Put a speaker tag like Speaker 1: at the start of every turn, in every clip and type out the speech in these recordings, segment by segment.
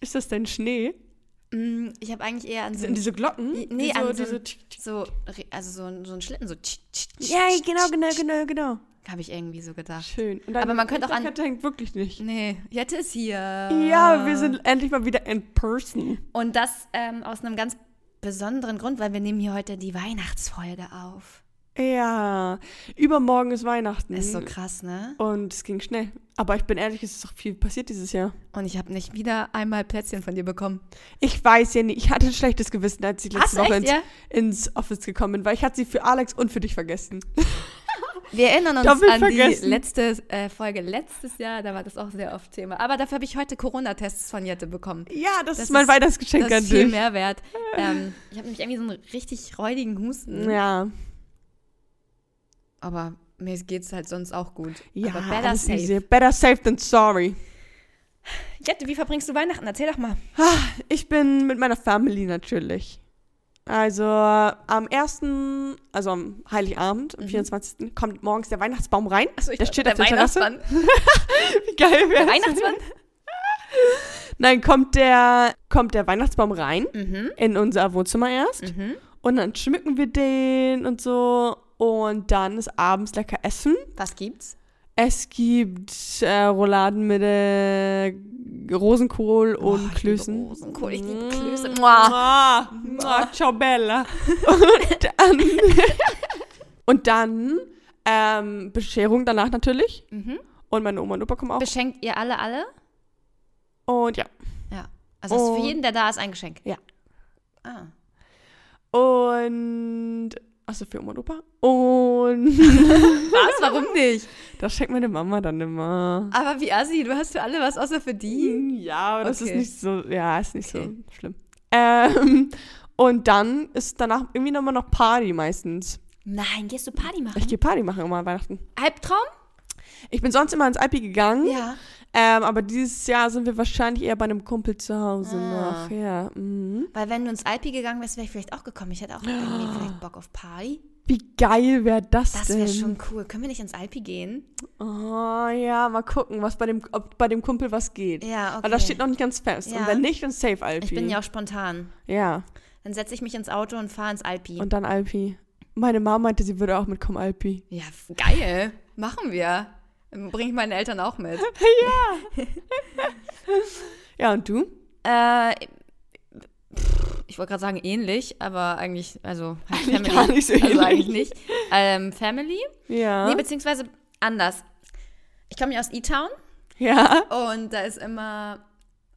Speaker 1: Ist das denn Schnee?
Speaker 2: Mm, Ich habe eigentlich eher an so
Speaker 1: Sind diese Glocken?
Speaker 2: Nee,
Speaker 1: die so,
Speaker 2: an so,
Speaker 1: diese
Speaker 2: ein- so, re- also so, ein- so einen Schlitten, so tsch, tsch, tsch,
Speaker 1: Ja,
Speaker 2: tsch,
Speaker 1: genau,
Speaker 2: tsch,
Speaker 1: genau,
Speaker 2: tsch,
Speaker 1: genau, genau.
Speaker 2: Habe ich irgendwie so gedacht.
Speaker 1: Schön. Und
Speaker 2: Aber man könnte auch
Speaker 1: der
Speaker 2: an-
Speaker 1: Kater hängt wirklich nicht.
Speaker 2: Nee, Mhm. Jette ist hier.
Speaker 1: Ja, wir sind endlich mal wieder in person.
Speaker 2: Und das ähm, aus einem ganz besonderen Grund, weil wir nehmen hier heute die Weihnachtsfolge auf.
Speaker 1: Ja. Übermorgen ist Weihnachten.
Speaker 2: Ist so krass, ne?
Speaker 1: Und es ging schnell. Aber ich bin ehrlich, es ist auch viel passiert dieses Jahr.
Speaker 2: Und ich habe nicht wieder einmal Plätzchen von dir bekommen.
Speaker 1: Ich weiß ja nicht, ich hatte ein schlechtes Gewissen, als ich
Speaker 2: Hast
Speaker 1: letzte
Speaker 2: du
Speaker 1: Woche
Speaker 2: echt,
Speaker 1: ins,
Speaker 2: ja?
Speaker 1: ins Office gekommen bin, weil ich hatte sie für Alex und für dich vergessen.
Speaker 2: Wir erinnern uns
Speaker 1: Doppelt
Speaker 2: an
Speaker 1: vergessen.
Speaker 2: die letzte äh, Folge letztes Jahr, da war das auch sehr oft Thema. Aber dafür habe ich heute Corona-Tests von Jette bekommen.
Speaker 1: Ja, das,
Speaker 2: Das
Speaker 1: ist mein
Speaker 2: ist-
Speaker 1: Weihnachtsgeschenk
Speaker 2: Das
Speaker 1: an
Speaker 2: ist viel
Speaker 1: dich.
Speaker 2: mehr wert. Ähm, ich habe nämlich irgendwie so einen richtig räudigen Husten.
Speaker 1: Ja,
Speaker 2: Aber mir geht's halt sonst auch gut.
Speaker 1: ja
Speaker 2: Aber better
Speaker 1: alles
Speaker 2: safe.
Speaker 1: easy. better safe than sorry.
Speaker 2: Jette, wie verbringst du Weihnachten? Erzähl doch mal.
Speaker 1: Ich bin mit meiner Family natürlich. Also am 1., also am Heiligabend, am 24. kommt morgens der Weihnachtsbaum rein.
Speaker 2: Achso, Mhm. ich
Speaker 1: Der steht
Speaker 2: dachte,
Speaker 1: auf der Terrasse.
Speaker 2: Weihnachtsmann.
Speaker 1: Wie geil
Speaker 2: Der
Speaker 1: wäre
Speaker 2: Weihnachtsmann?
Speaker 1: Nein, kommt der, kommt der Weihnachtsbaum rein
Speaker 2: Mhm.
Speaker 1: in unser Wohnzimmer erst.
Speaker 2: Mhm.
Speaker 1: Und dann schmücken wir den und so. Und dann ist abends lecker Essen.
Speaker 2: Was gibt's?
Speaker 1: Es gibt äh, Rouladen mit äh, Rosenkohl
Speaker 2: Oh, ich
Speaker 1: und
Speaker 2: liebe
Speaker 1: Klößen.
Speaker 2: Rosenkohl, ich liebe
Speaker 1: Mm.
Speaker 2: Klöße.
Speaker 1: Mua. Mua. Ciao Bella. und dann, und dann ähm, Bescherung danach natürlich.
Speaker 2: Mhm.
Speaker 1: Und meine Oma und Opa kommen auch.
Speaker 2: Beschenkt ihr alle alle?
Speaker 1: und ja.
Speaker 2: Also hast du
Speaker 1: Oh.
Speaker 2: für jeden, der da ist, ein Geschenk?
Speaker 1: Ja.
Speaker 2: Ah.
Speaker 1: Und also für Oma und Opa. Und
Speaker 2: Was? Warum nicht?
Speaker 1: das schenkt meine Mama dann immer.
Speaker 2: Aber wie assi, du hast für alle was außer für die?
Speaker 1: Hm, Ja, aber das ist
Speaker 2: Okay.
Speaker 1: nicht so, ja, ist nicht
Speaker 2: Okay.
Speaker 1: so schlimm. Ähm, und dann ist danach irgendwie nochmal noch Party meistens.
Speaker 2: Nein, gehst du Party machen?
Speaker 1: Ich gehe Party machen immer an Weihnachten.
Speaker 2: Albtraum?
Speaker 1: Ich bin sonst immer ins Alpi gegangen,
Speaker 2: Ja.
Speaker 1: ähm, aber dieses Jahr sind wir wahrscheinlich eher bei einem Kumpel zu Hause
Speaker 2: Ah.
Speaker 1: noch. Ja, mhm.
Speaker 2: Weil wenn du ins Alpi gegangen wärst, wäre ich vielleicht auch gekommen. Ich hätte auch irgendwie vielleicht Bock auf Party.
Speaker 1: Wie geil wäre das,
Speaker 2: Das
Speaker 1: denn?
Speaker 2: wäre schon cool. Können wir nicht ins Alpi gehen?
Speaker 1: oh ja, mal gucken, was bei dem, ob bei dem Kumpel was geht.
Speaker 2: Ja, okay.
Speaker 1: Aber das steht noch nicht ganz fest. Und
Speaker 2: Ja.
Speaker 1: wenn nicht, dann safe Alpi.
Speaker 2: ich bin ja auch spontan.
Speaker 1: Ja,
Speaker 2: Dann setze ich mich ins Auto und fahre ins Alpi.
Speaker 1: und dann Alpi. Meine Mama meinte, sie würde auch mitkommen, Alpi.
Speaker 2: ja, f- geil. Machen wir. Bringe ich meinen Eltern auch mit.
Speaker 1: Ja, und du?
Speaker 2: äh, pff, ich wollte gerade sagen ähnlich, aber eigentlich, also halt
Speaker 1: Eigentlich gar nicht so
Speaker 2: Also
Speaker 1: ähnlich. Hm?
Speaker 2: eigentlich nicht. Ähm, Family?
Speaker 1: Ja.
Speaker 2: Nee, beziehungsweise anders. Ich komme ja aus E-Town
Speaker 1: ja.
Speaker 2: und da ist immer,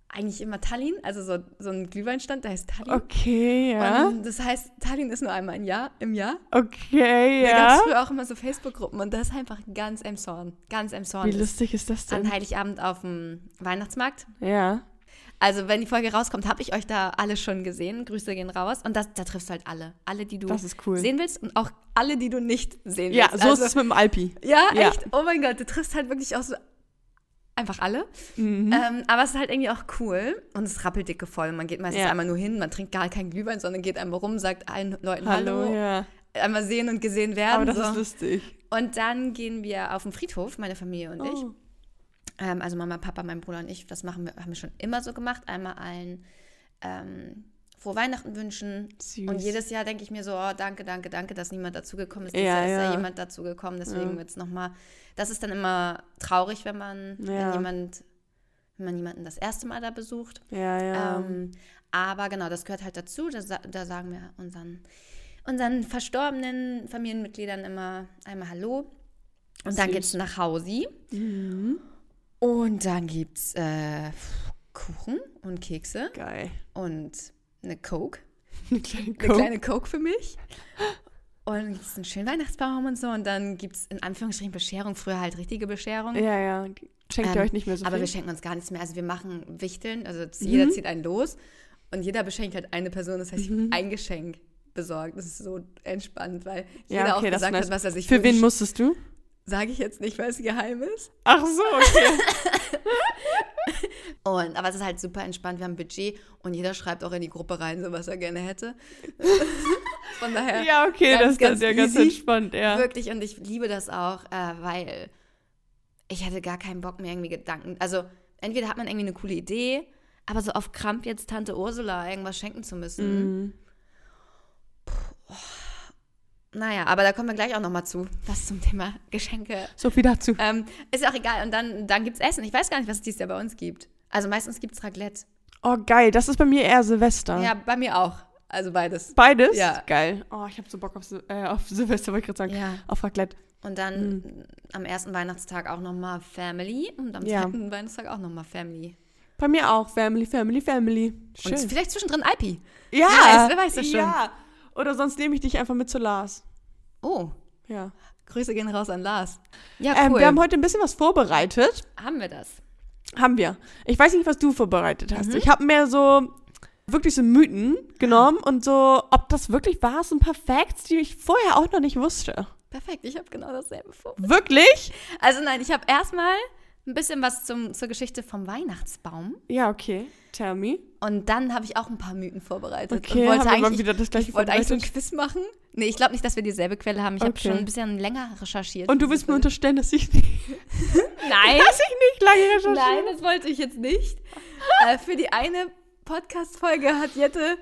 Speaker 2: eigentlich immer Tallinn, also so, so ein Glühweinstand, der heißt Tallinn.
Speaker 1: Okay, ja.
Speaker 2: Und das heißt, Tallinn ist nur einmal im Jahr. Im Jahr.
Speaker 1: Okay,
Speaker 2: Da gab es
Speaker 1: ja.
Speaker 2: früher auch immer so Facebook-Gruppen und das ist einfach ganz im Zorn. Ganz im Zorn.
Speaker 1: Wie
Speaker 2: ist
Speaker 1: lustig ist das
Speaker 2: An
Speaker 1: denn?
Speaker 2: Heiligabend auf dem Weihnachtsmarkt.
Speaker 1: Ja.
Speaker 2: Also, wenn die Folge rauskommt, habe ich euch da alle schon gesehen. Grüße gehen raus. Und das, da triffst du halt alle. Alle, die du
Speaker 1: Das ist cool.
Speaker 2: sehen willst und auch alle, die du nicht sehen
Speaker 1: Ja, so
Speaker 2: willst. Also,
Speaker 1: ist es mit dem Alpi.
Speaker 2: Ja,
Speaker 1: Ja.
Speaker 2: echt. Oh mein Gott, du triffst halt wirklich auch so einfach alle.
Speaker 1: Mhm.
Speaker 2: Ähm, aber es ist halt irgendwie auch cool und es ist rappeldicke voll. Man geht meistens
Speaker 1: Ja.
Speaker 2: einmal nur hin, man trinkt gar keinen Glühwein, sondern geht einmal rum, sagt allen Leuten Hallo,
Speaker 1: Hallo, ja.
Speaker 2: einmal sehen und gesehen werden.
Speaker 1: Aber das
Speaker 2: so.
Speaker 1: ist lustig.
Speaker 2: Und dann gehen wir auf den Friedhof, meine Familie und ich.
Speaker 1: Oh.
Speaker 2: Ähm, also Mama, Papa, mein Bruder und ich, das machen wir, haben wir schon immer so gemacht. Einmal allen ähm, frohe Weihnachten wünschen.
Speaker 1: Süß.
Speaker 2: Und jedes Jahr denke ich mir so, oh, danke, danke, danke, dass niemand dazugekommen ist.
Speaker 1: Ja,
Speaker 2: Dieses Jahr ist
Speaker 1: ja.
Speaker 2: ja jemand dazugekommen, deswegen
Speaker 1: Ja.
Speaker 2: wird's noch nochmal. Das ist dann immer traurig, wenn man,
Speaker 1: Ja.
Speaker 2: wenn jemand, wenn man jemanden das erste Mal da besucht.
Speaker 1: Ja, ja.
Speaker 2: Ähm, aber genau, das gehört halt dazu. Da, sa- da sagen wir unseren, unseren verstorbenen Familienmitgliedern immer einmal Hallo. Und dann
Speaker 1: Süß.
Speaker 2: geht's nach Hause.
Speaker 1: mhm.
Speaker 2: Und dann gibt's äh, Kuchen und Kekse
Speaker 1: Geil.
Speaker 2: und eine Coke.
Speaker 1: Eine kleine
Speaker 2: Eine
Speaker 1: Coke.
Speaker 2: kleine Coke für mich. Und dann gibt's einen schönen Weihnachtsbaum und so. Und dann gibt's in Anführungsstrichen Bescherung. Früher halt richtige Bescherung.
Speaker 1: ja, ja. Schenkt ihr
Speaker 2: Ähm,
Speaker 1: euch nicht mehr so
Speaker 2: aber
Speaker 1: viel?
Speaker 2: wir schenken uns gar nichts mehr. Also wir machen Wichteln, also z- jeder
Speaker 1: Mhm.
Speaker 2: zieht einen los und jeder beschenkt halt eine Person. Das heißt, ich habe ein Geschenk besorgt. Das ist so entspannt, weil jeder
Speaker 1: ja, okay,
Speaker 2: auch
Speaker 1: das
Speaker 2: gesagt
Speaker 1: ist nice.
Speaker 2: hat, was er sich
Speaker 1: Für wen
Speaker 2: wünscht.
Speaker 1: musstest du?
Speaker 2: Sage ich jetzt nicht, weil es geheim ist.
Speaker 1: Ach so, okay.
Speaker 2: Und, aber es ist halt super entspannt. Wir haben ein Budget und jeder schreibt auch in die Gruppe rein, so was er gerne hätte. Von daher
Speaker 1: ja, okay,
Speaker 2: Ganz,
Speaker 1: das ist
Speaker 2: ganz
Speaker 1: ja ganz
Speaker 2: easy.
Speaker 1: entspannt, ja.
Speaker 2: Wirklich, und ich liebe das auch, äh, weil ich hatte gar keinen Bock mehr irgendwie Gedanken. Also entweder hat man irgendwie eine coole Idee, Aber so auf Krampf jetzt Tante Ursula irgendwas schenken zu müssen.
Speaker 1: Mhm.
Speaker 2: Naja, aber da kommen wir gleich auch nochmal zu. Was zum Thema Geschenke.
Speaker 1: So viel dazu.
Speaker 2: Ähm, ist ja auch egal. Und dann, dann gibt's Essen. Ich weiß gar nicht, was es dieses Jahr bei uns gibt. Also meistens gibt's Raclette.
Speaker 1: Oh, geil. Das ist bei mir eher Silvester.
Speaker 2: Ja, bei mir auch. Also beides.
Speaker 1: Beides?
Speaker 2: Ja.
Speaker 1: Geil. Oh, ich habe so Bock auf, Sil äh, auf Silvester, wollte ich gerade sagen.
Speaker 2: Ja.
Speaker 1: Auf Raclette.
Speaker 2: Und dann am ersten Weihnachtstag auch nochmal Family und am
Speaker 1: Hm. Ja.
Speaker 2: zweiten Weihnachtstag auch nochmal Family.
Speaker 1: Bei mir auch. Family, Family, Family. Schön.
Speaker 2: Und vielleicht zwischendrin Alpi.
Speaker 1: ja.
Speaker 2: weiß- wer weiß das schon?
Speaker 1: Ja. Oder sonst nehme ich dich einfach mit zu Lars.
Speaker 2: Oh,
Speaker 1: Ja.
Speaker 2: Grüße gehen raus an Lars. Ja,
Speaker 1: Ähm,
Speaker 2: cool.
Speaker 1: wir haben heute ein bisschen was vorbereitet.
Speaker 2: haben wir das?
Speaker 1: Haben wir. Ich weiß nicht, was du vorbereitet
Speaker 2: Mhm.
Speaker 1: hast. Ich habe mehr so wirklich so Mythen genommen und so, ob das wirklich war, so ein paar Facts, die ich vorher auch noch nicht wusste.
Speaker 2: Perfekt, ich habe genau dasselbe vor.
Speaker 1: Wirklich?
Speaker 2: Also nein, ich habe erstmal ein bisschen was zum, zur Geschichte vom Weihnachtsbaum.
Speaker 1: Ja, okay. Tell me.
Speaker 2: Und dann habe ich auch ein paar Mythen vorbereitet.
Speaker 1: Okay, haben
Speaker 2: und wollte
Speaker 1: wir mal
Speaker 2: eigentlich,
Speaker 1: wieder das gleiche
Speaker 2: ich wollte eigentlich so ein
Speaker 1: vorbereitet?
Speaker 2: Quiz machen. Nee, ich glaube nicht, dass wir dieselbe Quelle haben. Ich habe
Speaker 1: Okay.
Speaker 2: schon ein bisschen länger recherchiert.
Speaker 1: Und du willst mir unterstellen, dass ich nicht,
Speaker 2: Nein,
Speaker 1: dass ich nicht lange recherchiert
Speaker 2: nein, das wollte ich jetzt nicht. äh, für die eine Podcast-Folge hat Jette,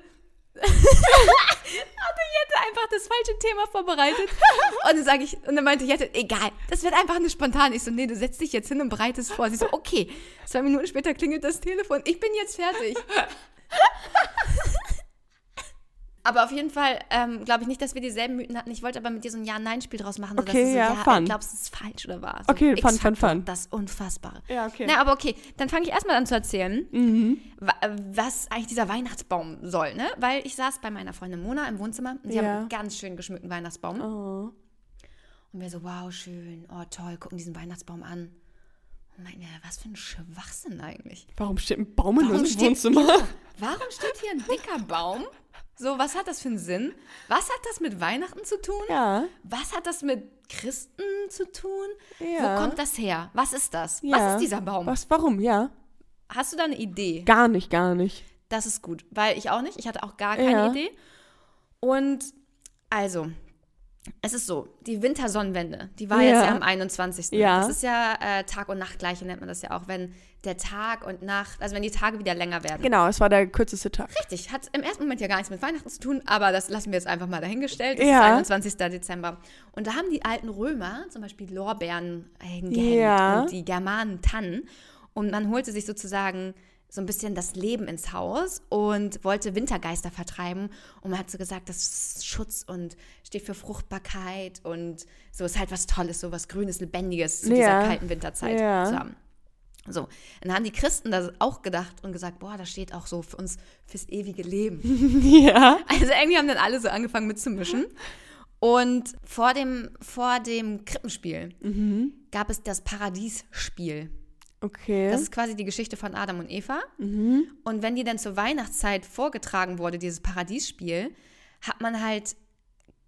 Speaker 2: hatte Jette einfach das falsche Thema vorbereitet. Und dann sage ich, und dann meinte Jette, egal, das wird einfach eine spontane. Ich so, nee, du setzt dich jetzt hin und bereitest vor. Sie so, okay. Zwei Minuten später klingelt das Telefon. Ich bin jetzt fertig. Aber auf jeden Fall ähm, glaube ich nicht, dass wir dieselben Mythen hatten. Ich wollte aber mit dir so ein Ja-Nein-Spiel draus machen, sodass
Speaker 1: Okay,
Speaker 2: du so,
Speaker 1: ja,
Speaker 2: ja,
Speaker 1: fun.
Speaker 2: glaubst, es ist falsch oder wahr. So
Speaker 1: Okay, fun, fun,
Speaker 2: X-Faktor,
Speaker 1: fun.
Speaker 2: Das Unfassbare.
Speaker 1: Ja, okay. Mhm.
Speaker 2: Na, aber okay, dann fange ich erstmal an zu erzählen, wa- äh, was eigentlich dieser Weihnachtsbaum soll, ne? Weil ich saß bei meiner Freundin Mona im Wohnzimmer und die
Speaker 1: Ja.
Speaker 2: haben einen ganz schön geschmückten Weihnachtsbaum.
Speaker 1: Oh.
Speaker 2: Und wir so, wow, schön, oh toll, gucken diesen Weihnachtsbaum an. Und meinten wir, was für ein Schwachsinn eigentlich.
Speaker 1: Warum steht ein Baum in
Speaker 2: Warum
Speaker 1: unserem
Speaker 2: steht-
Speaker 1: Wohnzimmer?
Speaker 2: Warum steht hier ein dicker Baum? So, was hat das für einen Sinn? Was hat das mit Weihnachten zu tun?
Speaker 1: Ja.
Speaker 2: Was hat das mit Christen zu tun?
Speaker 1: Ja.
Speaker 2: Wo kommt das her? Was ist das? Was
Speaker 1: Ja.
Speaker 2: ist dieser Baum?
Speaker 1: Was, warum? Ja.
Speaker 2: Hast du da eine Idee?
Speaker 1: Gar nicht, gar nicht.
Speaker 2: Das ist gut, weil ich auch nicht. Ich hatte auch gar keine
Speaker 1: Ja.
Speaker 2: Idee. Und also, es ist so, die Wintersonnenwende, die war
Speaker 1: Ja.
Speaker 2: jetzt ja am 21.
Speaker 1: Ja.
Speaker 2: Das ist ja äh, Tag- und Nachtgleiche nennt man das ja auch, wenn der Tag und Nacht, also wenn die Tage wieder länger werden.
Speaker 1: Genau, es war der kürzeste Tag.
Speaker 2: Richtig, hat im ersten Moment ja gar nichts mit Weihnachten zu tun, aber das lassen wir jetzt einfach mal dahingestellt. Es
Speaker 1: Ja.
Speaker 2: ist 21. Dezember. Und da haben die alten Römer zum Beispiel Lorbeeren äh, hingehängt
Speaker 1: Ja.
Speaker 2: und die Germanen Tannen. Und man holte sich sozusagen so ein bisschen das Leben ins Haus und wollte Wintergeister vertreiben. Und man hat so gesagt, das ist Schutz und steht für Fruchtbarkeit und so ist halt was Tolles, so was Grünes, Lebendiges zu
Speaker 1: Ja.
Speaker 2: dieser kalten Winterzeit
Speaker 1: Ja.
Speaker 2: zu haben. So, dann haben die Christen das auch gedacht und gesagt, boah, das steht auch so für uns fürs ewige Leben.
Speaker 1: Ja.
Speaker 2: Also irgendwie haben dann alle so angefangen mitzumischen. Und vor dem, vor dem Krippenspiel
Speaker 1: Mhm.
Speaker 2: gab es das Paradiesspiel.
Speaker 1: Okay.
Speaker 2: Das ist quasi die Geschichte von Adam und Eva.
Speaker 1: Mhm.
Speaker 2: Und wenn die dann zur Weihnachtszeit vorgetragen wurde, dieses Paradiesspiel, hat man halt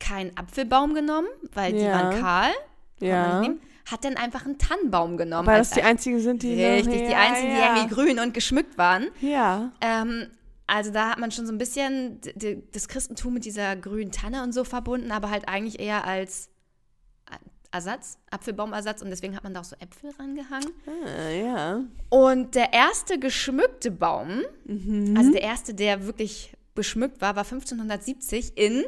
Speaker 2: keinen Apfelbaum genommen, weil die
Speaker 1: Ja.
Speaker 2: waren kahl. kann man
Speaker 1: ja.
Speaker 2: nicht nehmen, Hat dann einfach einen Tannenbaum genommen.
Speaker 1: Weil
Speaker 2: als
Speaker 1: das die einzigen sind, die. noch-
Speaker 2: Richtig, die
Speaker 1: ja,
Speaker 2: einzigen, die
Speaker 1: ja.
Speaker 2: irgendwie grün und geschmückt waren.
Speaker 1: Ja.
Speaker 2: Ähm, also da hat man schon so ein bisschen d- d- das Christentum mit dieser grünen Tanne und so verbunden, aber halt eigentlich eher als A- Ersatz, Apfelbaumersatz und deswegen hat man da auch so Äpfel rangehangen.
Speaker 1: Ah, ja.
Speaker 2: Und der erste geschmückte Baum,
Speaker 1: Mhm.
Speaker 2: also der erste, der wirklich beschmückt war, war 1570 in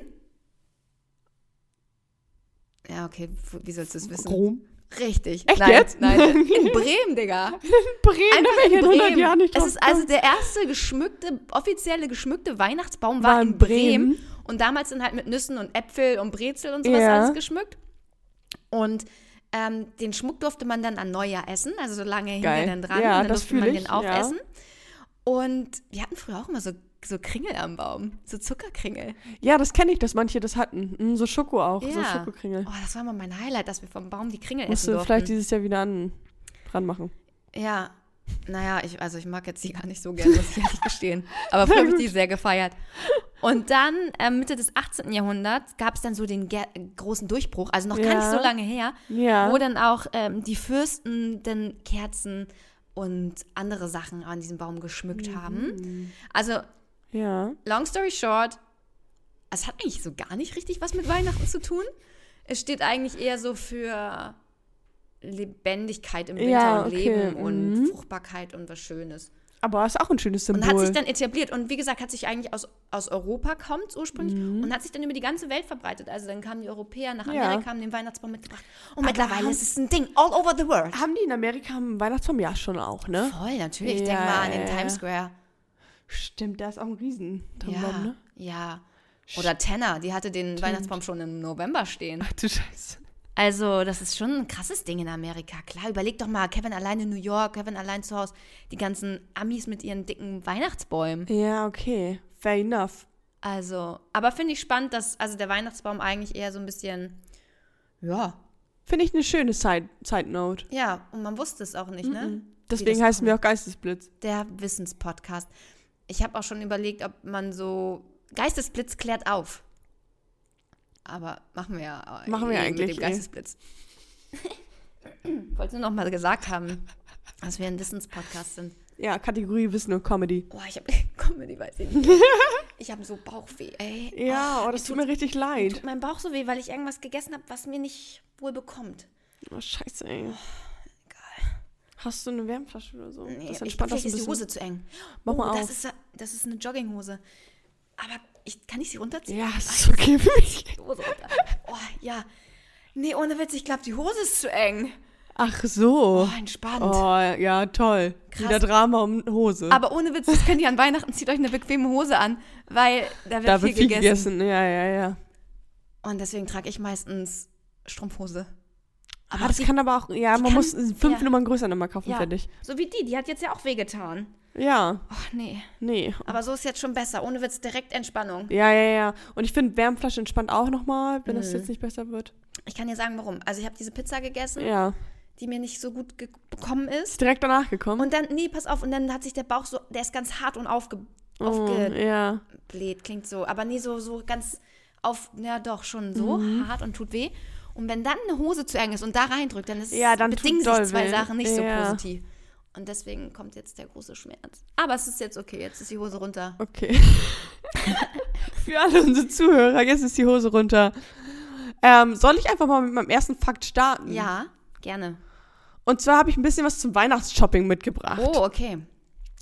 Speaker 2: ja, okay, w- wie sollst du es wissen?
Speaker 1: Grom.
Speaker 2: Richtig.
Speaker 1: Echt
Speaker 2: nein,
Speaker 1: jetzt?
Speaker 2: nein, in Bremen, Digga.
Speaker 1: Bremen, da
Speaker 2: Einfach
Speaker 1: bin ich
Speaker 2: in
Speaker 1: in 100
Speaker 2: Bremen.
Speaker 1: Jahren nicht
Speaker 2: es
Speaker 1: drauf
Speaker 2: ist also der erste geschmückte, offizielle geschmückte Weihnachtsbaum war, in Bremen. Und damals dann halt mit Nüssen und Äpfel und Brezel und sowas
Speaker 1: Ja.
Speaker 2: alles geschmückt. Und ähm, den Schmuck durfte man dann an Neujahr essen. Also solange hing
Speaker 1: Geil.
Speaker 2: er dann dran.
Speaker 1: Ja,
Speaker 2: und dann
Speaker 1: das
Speaker 2: durfte man
Speaker 1: fühl ich,
Speaker 2: den
Speaker 1: ja.
Speaker 2: aufessen. Und wir hatten früher auch immer so, so Kringel am Baum. So Zuckerkringel.
Speaker 1: Ja, das kenne ich, dass manche das hatten. Hm, so Schoko auch, so
Speaker 2: Ja.
Speaker 1: Schokokringel.
Speaker 2: Oh, das war mal mein Highlight, dass wir vom Baum die Kringel
Speaker 1: Musst
Speaker 2: essen
Speaker 1: du
Speaker 2: durften.
Speaker 1: vielleicht dieses Jahr wieder an, ranmachen.
Speaker 2: Ja, naja, ich, also ich mag jetzt die gar nicht so gerne, muss ich ehrlich gestehen. Aber früher habe ich die sehr gefeiert. Und dann ähm, Mitte des 18. Jahrhunderts gab es dann so den ger- großen Durchbruch, also noch gar nicht
Speaker 1: Ja.
Speaker 2: so lange her,
Speaker 1: Ja.
Speaker 2: wo dann auch ähm, die Fürsten dann Kerzen und andere Sachen an diesem Baum geschmückt
Speaker 1: Mm.
Speaker 2: haben. Also,
Speaker 1: Ja.
Speaker 2: long story short, es hat eigentlich so gar nicht richtig was mit Weihnachten zu tun. Es steht eigentlich eher so für Lebendigkeit im Winter
Speaker 1: Ja,
Speaker 2: und
Speaker 1: okay,
Speaker 2: Leben und
Speaker 1: mhm.
Speaker 2: Fruchtbarkeit und was Schönes.
Speaker 1: Aber ist auch ein schönes Symbol.
Speaker 2: Und hat sich dann etabliert. Und wie gesagt, hat sich eigentlich aus, aus Europa kommt ursprünglich und hat sich dann über die ganze Welt verbreitet. Also dann kamen die Europäer nach
Speaker 1: Mhm. Ja.
Speaker 2: Amerika, haben den Weihnachtsbaum mitgebracht. Und mittlerweile ist es ein Ding, all over the world.
Speaker 1: haben die in Amerika einen Weihnachtsbaum? Ja, schon auch, ne?
Speaker 2: Voll, natürlich. Ich
Speaker 1: Ja,
Speaker 2: denk mal an den
Speaker 1: ja, ja.
Speaker 2: Times Square.
Speaker 1: Stimmt, da ist auch ein riesen
Speaker 2: Ja,
Speaker 1: Tannenbaum, ne?
Speaker 2: ja. Oder Tanner, die hatte den Weihnachtsbaum schon im November stehen.
Speaker 1: Ach du Scheiße.
Speaker 2: Also, das ist schon ein krasses Ding in Amerika. Klar, überleg doch mal, Kevin allein in New York, Kevin allein zu Hause, die ganzen Amis mit ihren dicken Weihnachtsbäumen.
Speaker 1: Ja, okay. Fair enough.
Speaker 2: Also, aber finde ich spannend, dass also der Weihnachtsbaum eigentlich eher so ein bisschen, ja,
Speaker 1: Finde ich eine schöne Side- Side-Note.
Speaker 2: ja, und man wusste es auch nicht, ne?
Speaker 1: Mhm. Deswegen
Speaker 2: das
Speaker 1: heißen wir auch Geistesblitz.
Speaker 2: Der Wissenspodcast. Ich habe auch schon überlegt, ob man so Geistesblitz klärt auf. Aber machen wir ja äh,
Speaker 1: Machen wir
Speaker 2: eh
Speaker 1: eigentlich
Speaker 2: mit
Speaker 1: eh.
Speaker 2: dem Geistesblitz. Wollte nur noch mal gesagt haben, dass wir ein Wissenspodcast sind.
Speaker 1: Ja, Kategorie Wissen und Comedy.
Speaker 2: Oh, ich habe Comedy, weiß ich nicht. Ich habe so Bauchweh, ey. Ah,
Speaker 1: Ja, oh, das tut mir richtig leid.
Speaker 2: Tut mein Bauch so weh, weil ich irgendwas gegessen habe, was mir nicht wohl bekommt.
Speaker 1: Oh, scheiße, ey. Hast du eine Wärmflasche oder so?
Speaker 2: Nee,
Speaker 1: das
Speaker 2: ich,
Speaker 1: entspannt das
Speaker 2: vielleicht
Speaker 1: ein bisschen.
Speaker 2: ist die Hose zu eng.
Speaker 1: Mach
Speaker 2: oh,
Speaker 1: mal
Speaker 2: das
Speaker 1: auf.
Speaker 2: ist das ist eine Jogginghose. Aber ich kann ich sie runterziehen?
Speaker 1: Ja, das ist okay für mich.
Speaker 2: Die Hose runter. Oh, ja. Nee, ohne Witz, ich glaube, die Hose ist zu eng.
Speaker 1: Ach so.
Speaker 2: Oh, entspannt.
Speaker 1: Oh, ja, toll.
Speaker 2: Krass.
Speaker 1: Wieder Drama um Hose.
Speaker 2: Aber ohne Witz, das könnt ihr an Weihnachten, zieht euch eine bequeme Hose an, weil da wird,
Speaker 1: da
Speaker 2: viel,
Speaker 1: wird viel
Speaker 2: gegessen.
Speaker 1: gegessen. Ja, ja, ja.
Speaker 2: Und deswegen trage ich meistens Strumpfhose.
Speaker 1: Aber Ah, das
Speaker 2: die-
Speaker 1: kann aber auch, ja,
Speaker 2: die
Speaker 1: man
Speaker 2: kann-
Speaker 1: muss fünf
Speaker 2: ja.
Speaker 1: Nummern größer nochmal kaufen,
Speaker 2: ja.
Speaker 1: finde ich.
Speaker 2: So wie die, die hat jetzt ja auch wehgetan.
Speaker 1: Ja,
Speaker 2: Oh, nee.
Speaker 1: nee.
Speaker 2: Aber so ist jetzt schon besser. Ohne Witz, direkt Entspannung.
Speaker 1: Ja, ja, ja. Und ich finde Wärmflasche entspannt auch nochmal, wenn das
Speaker 2: Mhm.
Speaker 1: jetzt nicht besser wird.
Speaker 2: Ich kann dir sagen, warum. Also ich habe diese Pizza gegessen,
Speaker 1: Ja.
Speaker 2: die mir nicht so gut ge- bekommen ist.
Speaker 1: Ist direkt danach gekommen.
Speaker 2: Und dann, nee, pass auf, und dann hat sich der Bauch so, der ist ganz hart und aufge,
Speaker 1: oh,
Speaker 2: aufgebläht,
Speaker 1: ja.
Speaker 2: klingt so. Aber nee, so, so ganz auf, ja doch, schon so
Speaker 1: Mhm.
Speaker 2: hart und tut weh. Und wenn dann eine Hose zu eng ist und da reindrückt, dann ist
Speaker 1: Ja, dann tut
Speaker 2: bedingen
Speaker 1: doll
Speaker 2: sich zwei
Speaker 1: weh.
Speaker 2: Sachen nicht
Speaker 1: Ja.
Speaker 2: so positiv. Und deswegen kommt jetzt der große Schmerz. Aber es ist jetzt okay, jetzt ist die Hose runter.
Speaker 1: Okay. Für alle unsere Zuhörer, jetzt ist die Hose runter. Ähm, soll ich einfach mal mit meinem ersten Fakt starten?
Speaker 2: Ja, gerne.
Speaker 1: Und zwar habe ich ein bisschen was zum Weihnachtsshopping mitgebracht.
Speaker 2: Oh, okay.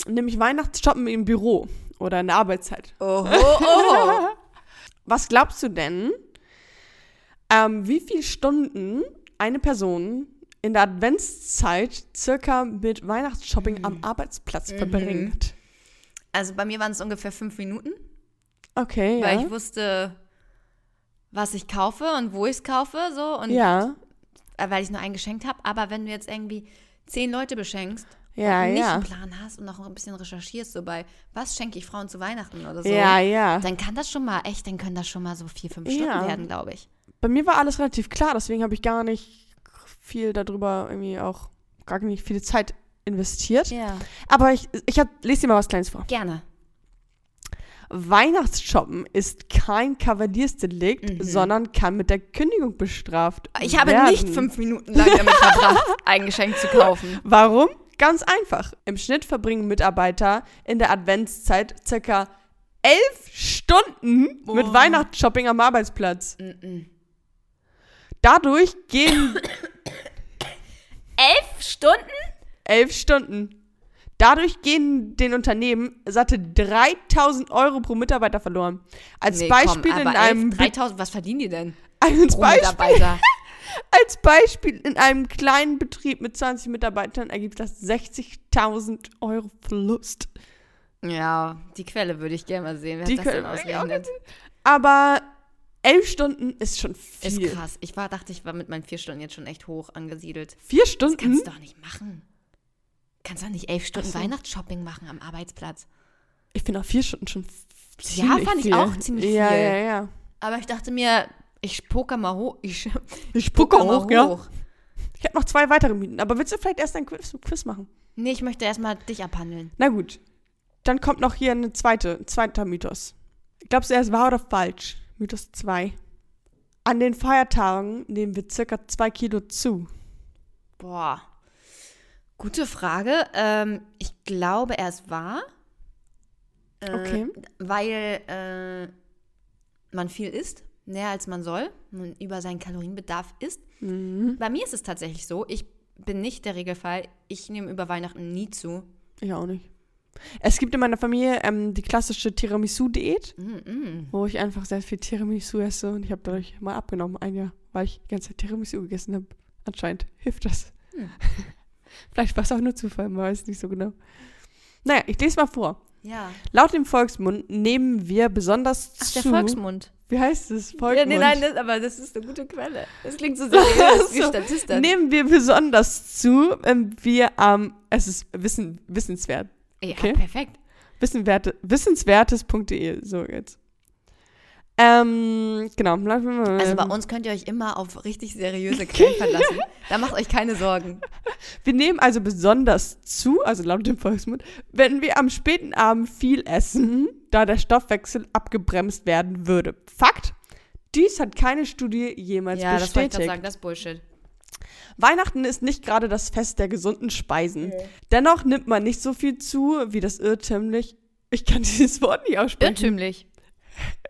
Speaker 1: Nämlich Weihnachtsshoppen im Büro oder in der Arbeitszeit.
Speaker 2: Oho, oho.
Speaker 1: Was glaubst du denn, ähm, wie viele Stunden eine Person in der Adventszeit circa mit Weihnachtsshopping
Speaker 2: Mhm.
Speaker 1: am Arbeitsplatz verbringt?
Speaker 2: Also bei mir waren es ungefähr fünf Minuten,
Speaker 1: Okay, ja.
Speaker 2: weil ich wusste, was ich kaufe und wo ich es kaufe, so und
Speaker 1: ja,
Speaker 2: äh, weil ich nur einen geschenkt habe. Aber wenn du jetzt irgendwie zehn Leute beschenkst
Speaker 1: ja,
Speaker 2: und nicht
Speaker 1: ja.
Speaker 2: einen Plan hast und noch ein bisschen recherchierst, so bei was schenke ich Frauen zu Weihnachten oder so,
Speaker 1: Ja, ja.
Speaker 2: dann kann das schon mal echt, dann können das schon mal so vier, fünf Stunden
Speaker 1: Ja.
Speaker 2: werden, glaube ich.
Speaker 1: bei mir war alles relativ klar, deswegen habe ich gar nicht viel darüber irgendwie auch gar nicht viel Zeit investiert.
Speaker 2: Ja.
Speaker 1: Aber ich, ich hab, lese dir mal was Kleines vor.
Speaker 2: Gerne.
Speaker 1: Weihnachtsshoppen ist kein Kavaliersdelikt, sondern kann mit der Kündigung bestraft
Speaker 2: Mhm. Ich habe
Speaker 1: werden.
Speaker 2: nicht fünf Minuten lang damit verbracht, ein Geschenk zu kaufen.
Speaker 1: Warum? Ganz einfach. Im Schnitt verbringen Mitarbeiter in der Adventszeit circa elf Stunden mit Weihnachtsshopping am Arbeitsplatz. Dadurch gehen
Speaker 2: Elf Stunden?
Speaker 1: elf Stunden. Dadurch gehen den Unternehmen satte 3000 Euro pro Mitarbeiter verloren. Als
Speaker 2: Nee,
Speaker 1: Beispiel
Speaker 2: komm,
Speaker 1: in
Speaker 2: aber
Speaker 1: einem
Speaker 2: 11, 3000, was verdienen die denn?
Speaker 1: als
Speaker 2: Pro
Speaker 1: Beispiel,
Speaker 2: Mitarbeiter.
Speaker 1: als Beispiel in einem kleinen Betrieb mit 20 Mitarbeitern ergibt das 60.000 Euro Verlust.
Speaker 2: Ja, die Quelle würde ich gerne mal sehen. Wer
Speaker 1: Die
Speaker 2: die hat das denn
Speaker 1: Quelle würde ich auch
Speaker 2: ausgerechnet?
Speaker 1: Aber elf Stunden ist schon
Speaker 2: Ist
Speaker 1: viel.
Speaker 2: krass. Ich war, dachte, ich war mit meinen vier Stunden jetzt schon echt hoch angesiedelt.
Speaker 1: Vier
Speaker 2: Kannst
Speaker 1: Stunden?
Speaker 2: du doch nicht machen. Kannst doch nicht elf Stunden
Speaker 1: so.
Speaker 2: Weihnachtsshopping machen am Arbeitsplatz.
Speaker 1: Ich finde auch vier Stunden schon
Speaker 2: Ja,
Speaker 1: ziemlich
Speaker 2: fand ich
Speaker 1: viel.
Speaker 2: auch ziemlich
Speaker 1: ja,
Speaker 2: viel.
Speaker 1: Ja, ja,
Speaker 2: Aber ich dachte mir, ich poker mal hoch. Ich, ich
Speaker 1: Ich gucke auch, ja. Ich habe noch zwei weitere Mieten. Aber willst du vielleicht erst ein Quiz, Quiz machen?
Speaker 2: Nee, ich möchte erstmal dich abhandeln.
Speaker 1: Na gut. Dann kommt noch hier eine zweite, ein zweiter Mythos. Glaubst du, er ist wahr oder falsch? Mythos 2. An den Feiertagen nehmen wir circa 2 Kilo zu.
Speaker 2: Boah. Gute Frage. Ähm, ich glaube, er ist wahr. Äh,
Speaker 1: Okay.
Speaker 2: Weil äh, man viel isst, mehr als man soll, man über seinen Kalorienbedarf isst.
Speaker 1: Mhm.
Speaker 2: Bei mir ist es tatsächlich so, ich bin nicht der Regelfall. Ich nehme über Weihnachten nie zu.
Speaker 1: Ich auch nicht. Es gibt in meiner Familie ähm, die klassische Tiramisu-Diät,
Speaker 2: Mm, mm.
Speaker 1: wo ich einfach sehr viel Tiramisu esse und ich habe dadurch mal abgenommen, ein Jahr, weil ich die ganze Zeit Tiramisu gegessen habe. Anscheinend hilft das.
Speaker 2: Hm.
Speaker 1: Vielleicht war es auch nur Zufall, man weiß nicht so genau. Naja, ich lese mal vor.
Speaker 2: Ja.
Speaker 1: Laut dem Volksmund nehmen wir besonders
Speaker 3: Ach,
Speaker 1: zu.
Speaker 3: der Volksmund.
Speaker 1: Wie heißt es? Volksmund.
Speaker 2: Ja, nee, nein, das, aber das ist eine gute Quelle. Das klingt so seriös wie
Speaker 1: So.
Speaker 2: Statista.
Speaker 1: nehmen wir besonders zu, wenn wir am, es ist wissen, wissenswert,
Speaker 2: Ja,
Speaker 1: Okay.
Speaker 2: perfekt.
Speaker 1: wissenwerte, wissenswertes.de, E. so jetzt. Ähm, genau.
Speaker 2: Also bei uns könnt ihr euch immer auf richtig seriöse Quellen verlassen. Da macht euch keine Sorgen.
Speaker 1: Wir nehmen also besonders zu, also laut dem Volksmund, wenn wir am späten Abend viel essen, da der Stoffwechsel abgebremst werden würde. Fakt, dies hat keine Studie jemals
Speaker 2: ja, das wollte ich gerade
Speaker 1: bestätigt.
Speaker 2: sagen, das ist Bullshit.
Speaker 1: Weihnachten ist nicht gerade das Fest der gesunden Speisen. Dennoch nimmt man nicht so viel zu, wie das irrtümlich. Ich kann dieses Wort nicht aussprechen.
Speaker 3: Irrtümlich.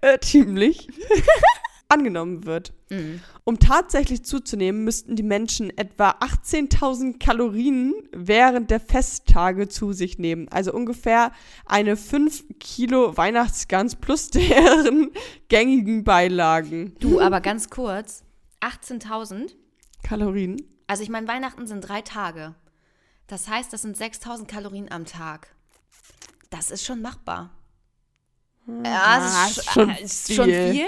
Speaker 1: irrtümlich äh, angenommen wird.
Speaker 2: Mhm.
Speaker 1: Um tatsächlich zuzunehmen, müssten die Menschen etwa 18.000 Kalorien während der Festtage zu sich nehmen. Also ungefähr eine 5 Kilo Weihnachtsgans plus deren gängigen Beilagen.
Speaker 2: Du, aber ganz kurz, 18.000,
Speaker 1: Kalorien.
Speaker 2: also ich meine, Weihnachten sind drei Tage. Das heißt, das sind 6.000 Kalorien am Tag. Das ist schon machbar. Ja,
Speaker 1: Ah,
Speaker 2: das ist,
Speaker 1: ist
Speaker 2: schon,
Speaker 1: schon
Speaker 2: ist schon
Speaker 1: viel.
Speaker 2: viel.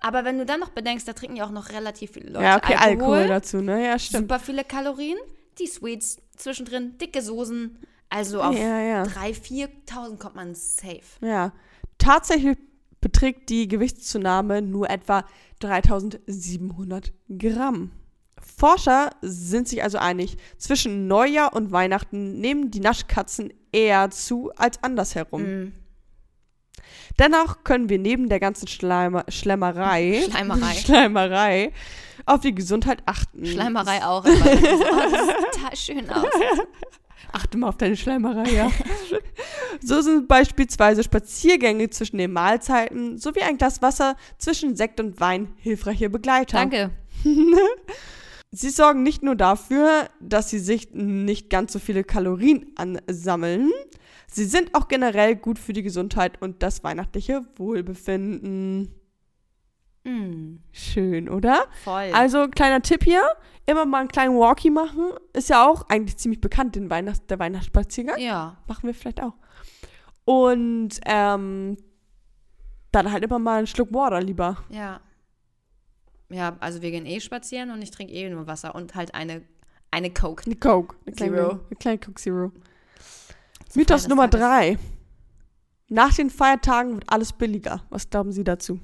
Speaker 2: Aber wenn du dann noch bedenkst, da trinken ja auch noch relativ viele Leute
Speaker 1: ja, okay, Alkohol,
Speaker 2: Alkohol
Speaker 1: dazu, ne? Ja, stimmt.
Speaker 2: super viele Kalorien, die Sweets zwischendrin, dicke Soßen. Also auf
Speaker 1: Ja, ja.
Speaker 2: 3.000, 4.000 kommt man safe.
Speaker 1: Ja. Tatsächlich beträgt die Gewichtszunahme nur etwa 3700 Gramm. Forscher sind sich also einig, zwischen Neujahr und Weihnachten nehmen die Naschkatzen eher zu als andersherum.
Speaker 2: Mhm.
Speaker 1: Dennoch können wir neben der ganzen Schleimer Schlemmerei,
Speaker 2: Schleimerei.
Speaker 1: Schleimerei auf die Gesundheit achten.
Speaker 2: Schleimerei auch. Aber das, oh, das sieht total schön aus.
Speaker 1: Achte mal auf deine Schleimerei, ja. so sind beispielsweise Spaziergänge zwischen den Mahlzeiten sowie ein Glas Wasser zwischen Sekt und Wein hilfreiche Begleiter.
Speaker 3: Danke.
Speaker 1: Sie sorgen nicht nur dafür, dass sie sich nicht ganz so viele Kalorien ansammeln, sie sind auch generell gut für die Gesundheit und das weihnachtliche Wohlbefinden.
Speaker 2: Mhm.
Speaker 1: Schön, oder?
Speaker 2: Voll.
Speaker 1: Also, kleiner Tipp hier, immer mal einen kleinen Walkie machen. Ist ja auch eigentlich ziemlich bekannt, den Weihnachts-, der Weihnachtsspaziergang.
Speaker 2: ja.
Speaker 1: machen wir vielleicht auch. Und ähm, dann halt immer mal einen Schluck Water lieber.
Speaker 2: Ja. Ja, also wir gehen eh spazieren und ich trinke eh nur Wasser und halt eine, eine Coke.
Speaker 1: Eine Coke. Eine kleine,
Speaker 2: Zero.
Speaker 1: Eine kleine Coke Zero.
Speaker 2: Zum Feier
Speaker 1: Mythos
Speaker 2: des
Speaker 1: Nummer
Speaker 2: Tages.
Speaker 1: drei. Nach den Feiertagen wird alles billiger. Was glauben Sie dazu?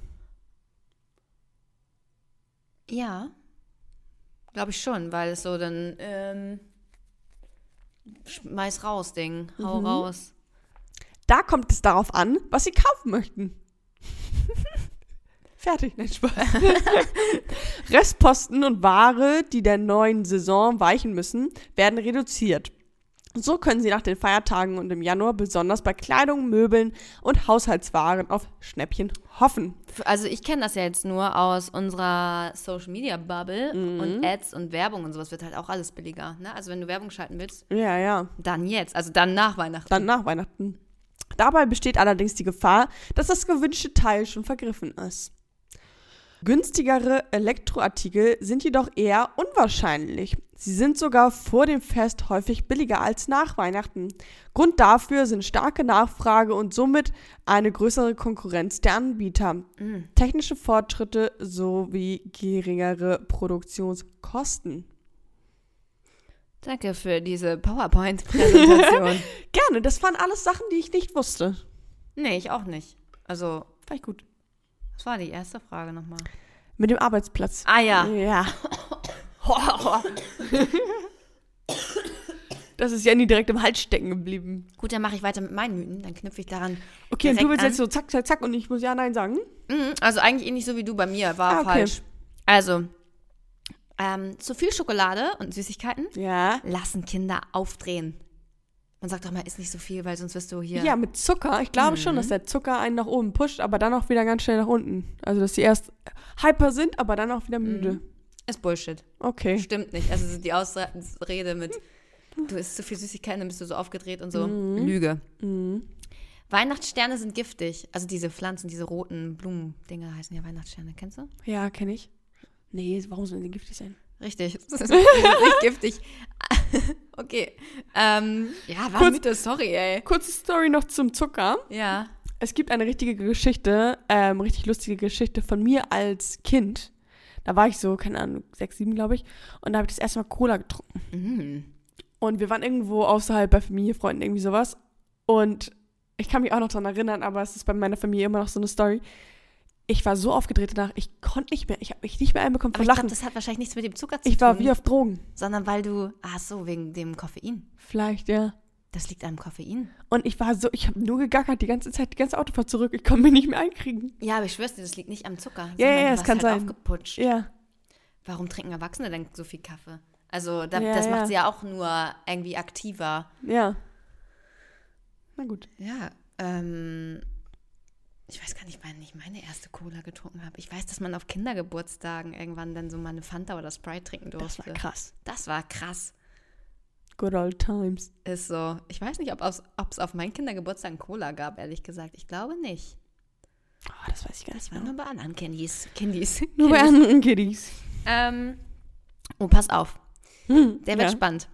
Speaker 2: Ja. Glaube ich schon, weil es so dann ähm, schmeiß raus, Ding. Hau
Speaker 1: Mhm.
Speaker 2: raus.
Speaker 1: Da kommt es darauf an, was Sie kaufen möchten. Fertig, nein, Spaß. Restposten und Ware, die der neuen Saison weichen müssen, werden reduziert. So können Sie nach den Feiertagen und im Januar besonders bei Kleidung, Möbeln und Haushaltswaren auf Schnäppchen hoffen.
Speaker 2: Also ich kenne das ja jetzt nur aus unserer Social Media Bubble und Ads und Werbung und sowas wird halt auch alles billiger. Ne? Also wenn du Werbung schalten willst,
Speaker 1: Ja, ja.
Speaker 2: dann jetzt, also dann nach Weihnachten.
Speaker 1: Dann nach Weihnachten. Dabei besteht allerdings die Gefahr, dass das gewünschte Teil schon vergriffen ist. Günstigere Elektroartikel sind jedoch eher unwahrscheinlich. Sie sind sogar vor dem Fest häufig billiger als nach Weihnachten. Grund dafür sind starke Nachfrage und somit eine größere Konkurrenz der Anbieter,
Speaker 2: Mhm.
Speaker 1: technische Fortschritte sowie geringere Produktionskosten.
Speaker 2: Danke für diese PowerPoint-Präsentation.
Speaker 1: Gerne, das waren alles Sachen, die ich nicht wusste.
Speaker 2: nee, ich auch nicht. Also,
Speaker 1: Vielleicht gut.
Speaker 2: was war die erste Frage nochmal?
Speaker 1: Mit dem Arbeitsplatz.
Speaker 2: Ah ja.
Speaker 1: Ja. Das ist Jenny direkt im Hals stecken geblieben.
Speaker 2: Gut, dann mache ich weiter mit meinen Mythen, dann knüpfe ich daran.
Speaker 1: Okay, und
Speaker 2: direkt
Speaker 1: du willst
Speaker 2: an.
Speaker 1: jetzt so zack, zack, zack und ich muss ja, nein sagen.
Speaker 2: Mhm, Also eigentlich ähnlich so wie du bei mir, war
Speaker 1: Ah, okay.
Speaker 2: falsch. Also, ähm, zu viel Schokolade und Süßigkeiten
Speaker 1: Ja.
Speaker 2: lassen Kinder aufdrehen. Man sagt doch mal, ist nicht so viel, weil sonst wirst du hier.
Speaker 1: Ja, Mhm. mit Zucker. Ich glaube schon, dass der Zucker einen nach oben pusht, aber dann auch wieder ganz schnell nach unten. Also, dass sie erst hyper sind, aber dann auch wieder müde.
Speaker 2: Ist Bullshit.
Speaker 1: Okay.
Speaker 2: Stimmt nicht. Also die Ausrede mit, du isst zu viel Süßigkeiten, dann bist du so aufgedreht und so.
Speaker 1: Mhm.
Speaker 2: Lüge. Weihnachtssterne sind giftig. Also diese Pflanzen, diese roten Blumendinger heißen ja Weihnachtssterne. Kennst du?
Speaker 1: Ja, kenne ich. Nee, warum sollen die giftig sein?
Speaker 2: Richtig. Das ist nicht giftig. okay. Ähm, ja, war
Speaker 1: Kurz-
Speaker 2: bitte, sorry, ey.
Speaker 1: Kurze Story noch zum Zucker.
Speaker 2: Ja.
Speaker 1: Es gibt eine richtige Geschichte, ähm, richtig lustige Geschichte von mir als Kind. Da war ich so, keine Ahnung, sechs, sieben, glaube ich. Und da habe ich das erste Mal Cola getrunken.
Speaker 2: Mhm.
Speaker 1: Und wir waren irgendwo außerhalb bei Familie, Freunden, irgendwie sowas. Und ich kann mich auch noch daran erinnern, aber es ist bei meiner Familie immer noch so eine Story. Ich war so aufgedreht danach, ich konnte nicht mehr, ich habe mich nicht mehr einbekommen vor
Speaker 2: Aber ich glaube,
Speaker 1: Lachen.
Speaker 2: das hat wahrscheinlich nichts mit dem Zucker zu
Speaker 1: Ich, war
Speaker 2: tun.
Speaker 1: wie auf Drogen.
Speaker 2: sondern weil du, ach so, wegen dem Koffein.
Speaker 1: Vielleicht, ja.
Speaker 2: Das liegt am Koffein.
Speaker 1: Und ich war so, ich habe nur gegackert die ganze Zeit, die ganze Autofahrt zurück. Ich konnte mich nicht mehr einkriegen.
Speaker 2: Ja, aber ich schwör's dir, das liegt nicht am Zucker.
Speaker 1: Ja,
Speaker 2: sondern
Speaker 1: ja,
Speaker 2: du
Speaker 1: es
Speaker 2: warst
Speaker 1: kann
Speaker 2: halt
Speaker 1: sein.
Speaker 2: aufgeputscht.
Speaker 1: Ja.
Speaker 2: Warum trinken Erwachsene denn so viel Kaffee? Also da,
Speaker 1: Ja,
Speaker 2: das
Speaker 1: ja.
Speaker 2: macht sie ja auch nur irgendwie aktiver.
Speaker 1: Ja. Na gut.
Speaker 2: Ja, ähm, ich weiß gar nicht, wann ich meine erste Cola getrunken habe. Ich weiß, dass man auf Kindergeburtstagen irgendwann dann so mal eine Fanta oder Sprite trinken
Speaker 1: Das
Speaker 2: durfte.
Speaker 1: war krass.
Speaker 2: Das war krass.
Speaker 1: Good old times.
Speaker 2: Ist so. Ich weiß nicht, ob es auf meinen Kindergeburtstag einen Cola gab, ehrlich gesagt. Ich glaube nicht.
Speaker 1: Oh, das weiß ich gar nicht
Speaker 2: Das war
Speaker 1: mehr.
Speaker 2: nur bei anderen Candies. Candies.
Speaker 1: Nur bei anderen Kiddies.
Speaker 2: Ähm, oh, pass auf. Der wird
Speaker 1: ja.
Speaker 2: spannend.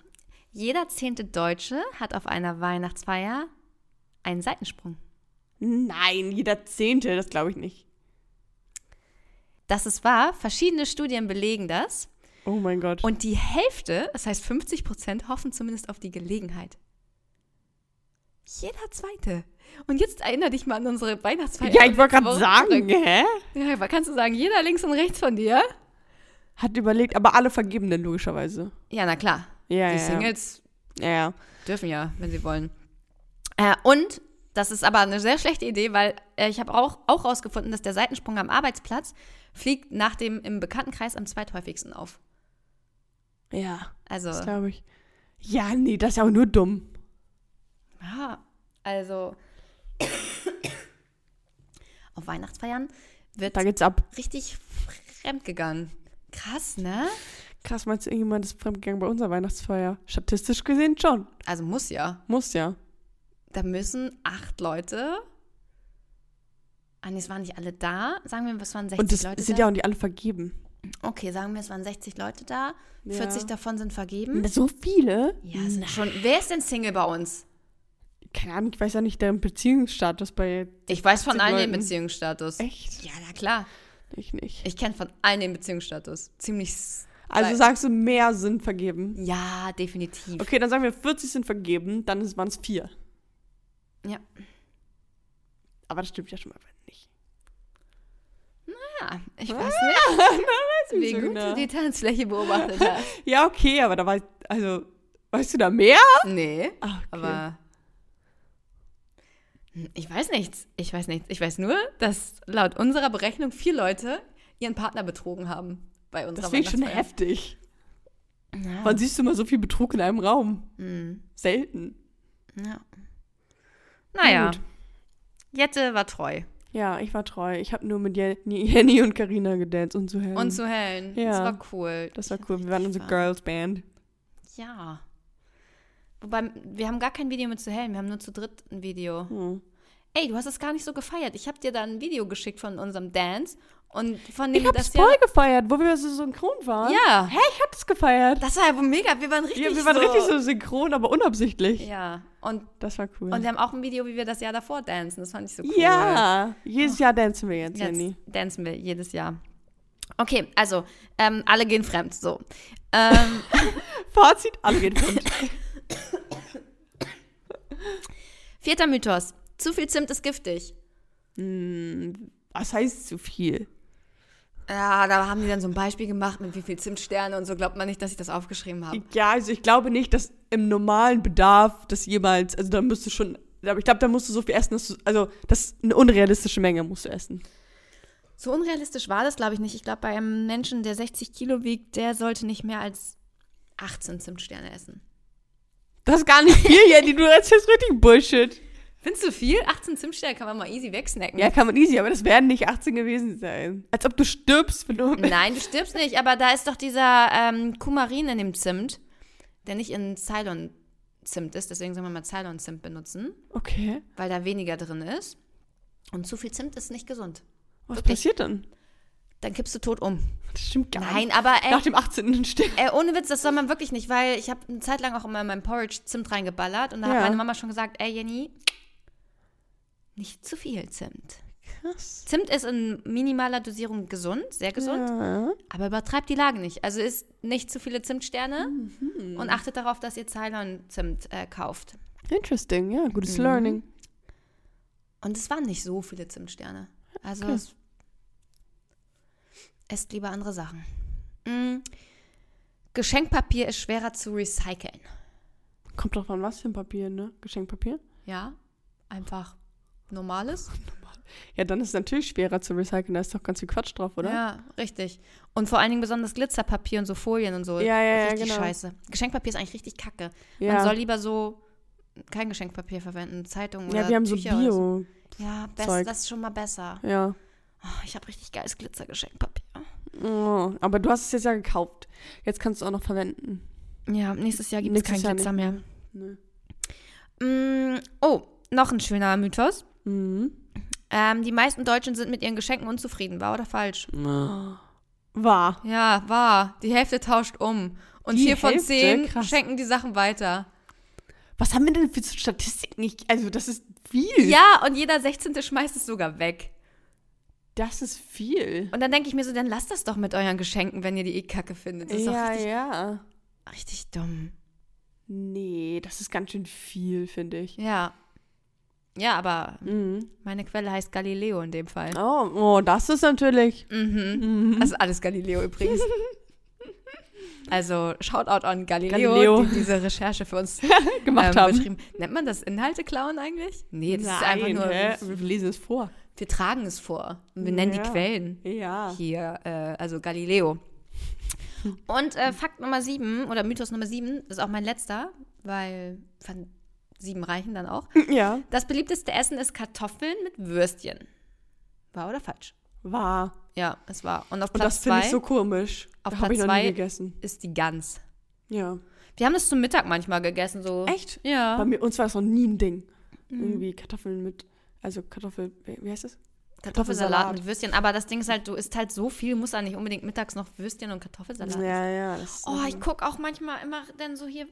Speaker 2: Jeder zehnte Deutsche hat auf einer Weihnachtsfeier einen Seitensprung.
Speaker 1: Nein, jeder Zehnte, das glaube ich nicht.
Speaker 2: Das ist wahr. Verschiedene Studien belegen das.
Speaker 1: Oh mein Gott.
Speaker 2: Und die Hälfte, das heißt 50 Prozent, hoffen zumindest auf die Gelegenheit. Jeder zweite. Und jetzt erinnere dich mal an unsere Weihnachtsfeier.
Speaker 1: ja, ich wollte
Speaker 2: Woche
Speaker 1: gerade sagen,
Speaker 2: zurück.
Speaker 1: hä?
Speaker 2: Ja, aber kannst du sagen, jeder links und rechts von dir?
Speaker 1: Hat überlegt, aber alle vergeben dann logischerweise.
Speaker 2: Ja, na klar.
Speaker 1: Ja,
Speaker 2: die
Speaker 1: ja,
Speaker 2: Singles
Speaker 1: ja. ja.
Speaker 2: Dürfen ja, wenn sie wollen. Äh, und das ist aber eine sehr schlechte Idee, weil äh, ich habe auch, auch rausgefunden, dass der Seitensprung am Arbeitsplatz fliegt nach dem im Bekanntenkreis am zweithäufigsten auf.
Speaker 1: Ja,
Speaker 2: Also,
Speaker 1: das glaube ich. Ja, nee, das ist ja auch nur dumm.
Speaker 2: ja, also auf Weihnachtsfeiern wird
Speaker 1: Da geht's ab.
Speaker 2: richtig fremdgegangen. Krass, ne?
Speaker 1: Krass, meinst du, irgendjemand ist fremdgegangen bei unserer Weihnachtsfeier? Statistisch gesehen schon.
Speaker 2: Also muss ja.
Speaker 1: Muss ja.
Speaker 2: Da müssen acht Leute. Ah, nee, es waren nicht alle da. Sagen wir, es waren 60
Speaker 1: Und das
Speaker 2: Leute
Speaker 1: sind
Speaker 2: da.
Speaker 1: ja auch nicht alle vergeben.
Speaker 2: Okay, sagen wir, es waren 60 Leute
Speaker 1: Ja.
Speaker 2: da.
Speaker 1: Hm?
Speaker 2: 40 davon sind vergeben.
Speaker 1: So viele? Hm,
Speaker 2: Ja, es sind schon. Wer ist denn Single bei uns?
Speaker 1: Keine Ahnung, ich weiß ja nicht deren Beziehungsstatus bei.
Speaker 2: Ich weiß von
Speaker 1: 80
Speaker 2: allen den
Speaker 1: Leuten.
Speaker 2: Beziehungsstatus.
Speaker 1: Echt?
Speaker 2: Ja, na klar.
Speaker 1: Ich nicht.
Speaker 2: Ich kenne von allen den Beziehungsstatus. Ziemlich. s-
Speaker 1: Also
Speaker 2: gleich.
Speaker 1: sagst du, mehr sind vergeben.
Speaker 2: Ja, definitiv.
Speaker 1: Okay, dann sagen wir, 40 sind vergeben, dann waren es vier.
Speaker 2: Ja.
Speaker 1: Aber das stimmt ja schon mal nicht.
Speaker 2: Ja, ich
Speaker 1: Ah,
Speaker 2: weiß nicht, wie
Speaker 1: so
Speaker 2: gut
Speaker 1: genau.
Speaker 2: du die Tanzfläche beobachtet hast.
Speaker 1: Ja, okay, aber da war also, weißt du da mehr?
Speaker 2: nee,
Speaker 1: Ah, okay.
Speaker 2: aber. Hm, Ich weiß nichts. Ich weiß nichts. Ich weiß nur, dass laut unserer Berechnung vier Leute ihren Partner betrogen haben bei unserer
Speaker 1: das finde ich schon
Speaker 2: Weihnachtsfeier.
Speaker 1: heftig.
Speaker 2: Ja.
Speaker 1: Wann siehst du mal so viel Betrug in einem Raum?
Speaker 2: Hm.
Speaker 1: Selten.
Speaker 2: Ja. Naja,
Speaker 1: gut.
Speaker 2: Jette war treu.
Speaker 1: Ja, ich war treu. Ich habe nur mit Jen- Jenny und Karina gedanced und zu Helen.
Speaker 2: Und zu Helen.
Speaker 1: Mhm. ja.
Speaker 2: Das war cool.
Speaker 1: das war cool. Wir waren unsere Girls Band.
Speaker 2: Ja. Wobei, wir haben gar kein Video mit zu Helen. Wir haben nur zu dritt ein Video.
Speaker 1: Hm.
Speaker 2: Ey, du hast es gar nicht so gefeiert. Ich habe dir da ein Video geschickt von unserem Dance. Und von dem
Speaker 1: Ich habe
Speaker 2: das
Speaker 1: es
Speaker 2: ja.
Speaker 1: voll gefeiert, wo wir so synchron waren.
Speaker 2: Ja.
Speaker 1: Hä, ich habe es gefeiert.
Speaker 2: Das war ja wohl mega. Wir waren richtig
Speaker 1: wir, wir waren
Speaker 2: so.
Speaker 1: richtig so synchron, aber unabsichtlich.
Speaker 2: Ja. Und,
Speaker 1: Das war cool.
Speaker 2: und wir haben auch ein Video, wie wir das Jahr davor dancen. Das fand ich so cool.
Speaker 1: Ja, jedes Jahr dancen wir jetzt, Jenny.
Speaker 2: Jetzt dancen wir jedes Jahr. Okay, also, ähm, alle gehen fremd. So. Ähm.
Speaker 1: Fazit, alle gehen fremd.
Speaker 2: Vierter Mythos. Zu viel Zimt ist giftig.
Speaker 1: Was heißt zu viel?
Speaker 2: Ja, da haben die dann so ein Beispiel gemacht mit wie viel Zimtsterne und so glaubt man nicht, dass ich das aufgeschrieben habe.
Speaker 1: Ja, also ich glaube nicht, dass im normalen Bedarf das jemals, also da müsstest du schon, aber ich glaube, da musst du so viel essen, dass du, also das ist eine unrealistische Menge musst du essen.
Speaker 2: So unrealistisch war das, glaube ich, nicht. Ich glaube, bei einem Menschen, der 60 Kilo wiegt, der sollte nicht mehr als 18 Zimtsterne essen.
Speaker 1: Das ist gar nicht viel, Jenny, du erzählst richtig Bullshit.
Speaker 2: Findest du viel? 18 Zimtsterne kann man mal easy wegsnacken.
Speaker 1: Ja, kann man easy, aber das werden nicht 18 gewesen sein. Als ob du stirbst, wenn du...
Speaker 2: Nein, du stirbst nicht, aber da ist doch dieser ähm, Kumarin in dem Zimt. der nicht in Cylon-Zimt ist. Deswegen soll man mal Cylon-Zimt benutzen,
Speaker 1: Okay.
Speaker 2: weil da weniger drin ist. Und zu viel Zimt ist nicht gesund.
Speaker 1: Was
Speaker 2: Wirklich?
Speaker 1: passiert denn?
Speaker 2: Dann kippst du tot um.
Speaker 1: Das stimmt gar
Speaker 2: Nein,
Speaker 1: nicht.
Speaker 2: aber ey,
Speaker 1: Nach dem 18. stimmt.
Speaker 2: Äh, ohne Witz, das soll man wirklich nicht, weil ich habe eine Zeit lang auch immer in meinem Porridge Zimt reingeballert und da
Speaker 1: Ja.
Speaker 2: hat meine Mama schon gesagt, ey Jenny, nicht zu viel Zimt.
Speaker 1: Krass.
Speaker 2: Zimt ist in minimaler Dosierung gesund, sehr gesund,
Speaker 1: Ja.
Speaker 2: aber übertreibt die Lage nicht. Also isst nicht zu viele Zimtsterne
Speaker 1: Mhm.
Speaker 2: und achtet darauf, dass ihr Ceylon-Zimt äh, kauft.
Speaker 1: Interesting, ja. Gutes Learning.
Speaker 2: Und es waren nicht so viele Zimtsterne. Also
Speaker 1: Okay.
Speaker 2: es esst lieber andere Sachen. Mm. Geschenkpapier ist schwerer zu recyceln.
Speaker 1: Kommt doch an, was für ein Papier, ne? Geschenkpapier?
Speaker 2: Ja, einfach normales.
Speaker 1: Ja, dann ist es natürlich schwerer zu recyceln. Da ist doch ganz viel Quatsch drauf, oder?
Speaker 2: Ja, richtig. Und vor allen Dingen besonders Glitzerpapier und so Folien und so.
Speaker 1: Ja, ja, ja,
Speaker 2: richtig
Speaker 1: genau.
Speaker 2: scheiße. Geschenkpapier ist eigentlich richtig kacke.
Speaker 1: Ja.
Speaker 2: Man soll lieber so kein Geschenkpapier verwenden, Zeitungen oder
Speaker 1: ja wir haben so
Speaker 2: Tücher oder
Speaker 1: Bio.
Speaker 2: Ja, best,
Speaker 1: Zeug.
Speaker 2: das ist schon mal besser.
Speaker 1: Ja.
Speaker 2: Oh, ich habe richtig geiles Glitzergeschenkpapier.
Speaker 1: Oh, aber du hast es jetzt ja gekauft. Jetzt kannst du es auch noch verwenden.
Speaker 2: Ja, nächstes Jahr gibt es
Speaker 1: Nächstes
Speaker 2: keinen
Speaker 1: Jahr
Speaker 2: Glitzer mehr.
Speaker 1: Nö.
Speaker 2: Mm, oh, noch ein schöner Mythos.
Speaker 1: Mhm.
Speaker 2: Ähm, die meisten Deutschen sind mit ihren Geschenken unzufrieden. War oder falsch?
Speaker 1: Oh. Wahr.
Speaker 2: Ja, wahr. Die Hälfte tauscht um. Und
Speaker 1: Die
Speaker 2: vier von
Speaker 1: Hälfte?
Speaker 2: zehn
Speaker 1: Krass.
Speaker 2: schenken die Sachen weiter.
Speaker 1: Was haben wir denn für Statistiken? Ich, also, das ist viel.
Speaker 2: Ja, und jeder 16. schmeißt es sogar weg.
Speaker 1: Das ist viel.
Speaker 2: Und dann denke ich mir so, dann lasst das doch mit euren Geschenken, wenn ihr die eh kacke findet. Das ist doch richtig,
Speaker 1: ja.
Speaker 2: richtig dumm.
Speaker 1: Nee, das ist ganz schön viel, finde ich.
Speaker 2: Ja. Ja, aber
Speaker 1: Mhm.
Speaker 2: meine Quelle heißt Galileo in dem Fall.
Speaker 1: Oh, oh, das ist natürlich.
Speaker 2: Mhm. Das ist alles Galileo übrigens. Also Shoutout an Galileo,
Speaker 1: Galileo.
Speaker 2: die diese Recherche für uns
Speaker 1: Gemacht
Speaker 2: ähm,
Speaker 1: haben.
Speaker 2: beschrieben. Nennt man das Inhalte klauen eigentlich? Nee, das ist einfach nur,
Speaker 1: hä? Wir lesen es vor.
Speaker 2: wir tragen es vor. Und wir nennen die
Speaker 1: Ja.
Speaker 2: Quellen.
Speaker 1: Ja.
Speaker 2: hier, äh, also Galileo. Und äh, Fakt Nummer sieben oder Mythos Nummer sieben ist auch mein letzter, weil von sieben reichen dann auch.
Speaker 1: Ja.
Speaker 2: Das beliebteste Essen ist Kartoffeln mit Würstchen. War oder falsch?
Speaker 1: Wahr.
Speaker 2: Ja, es war. Und auf
Speaker 1: Und
Speaker 2: Platz
Speaker 1: das finde
Speaker 2: zwei
Speaker 1: ich so komisch.
Speaker 2: Auf
Speaker 1: Auf habe ich
Speaker 2: Platz
Speaker 1: noch nie
Speaker 2: zwei-
Speaker 1: gegessen.
Speaker 2: ist die Gans.
Speaker 1: Ja.
Speaker 2: Wir haben das zum Mittag manchmal gegessen, so.
Speaker 1: Echt? Bei
Speaker 2: Oh. Ja. Mhm.
Speaker 1: mir, uns war es noch nie ein Ding. Irgendwie Kartoffeln mit, also Kartoffel, wie heißt es?
Speaker 2: Kartoffelsalat
Speaker 1: Kartoffelsalat.
Speaker 2: mit Würstchen. Aber das Ding ist halt, du isst halt so viel, musst dann nicht unbedingt mittags noch Würstchen und Kartoffelsalat essen.
Speaker 1: ja. Das ist
Speaker 2: Oh, ich gucke auch manchmal immer dann so hier.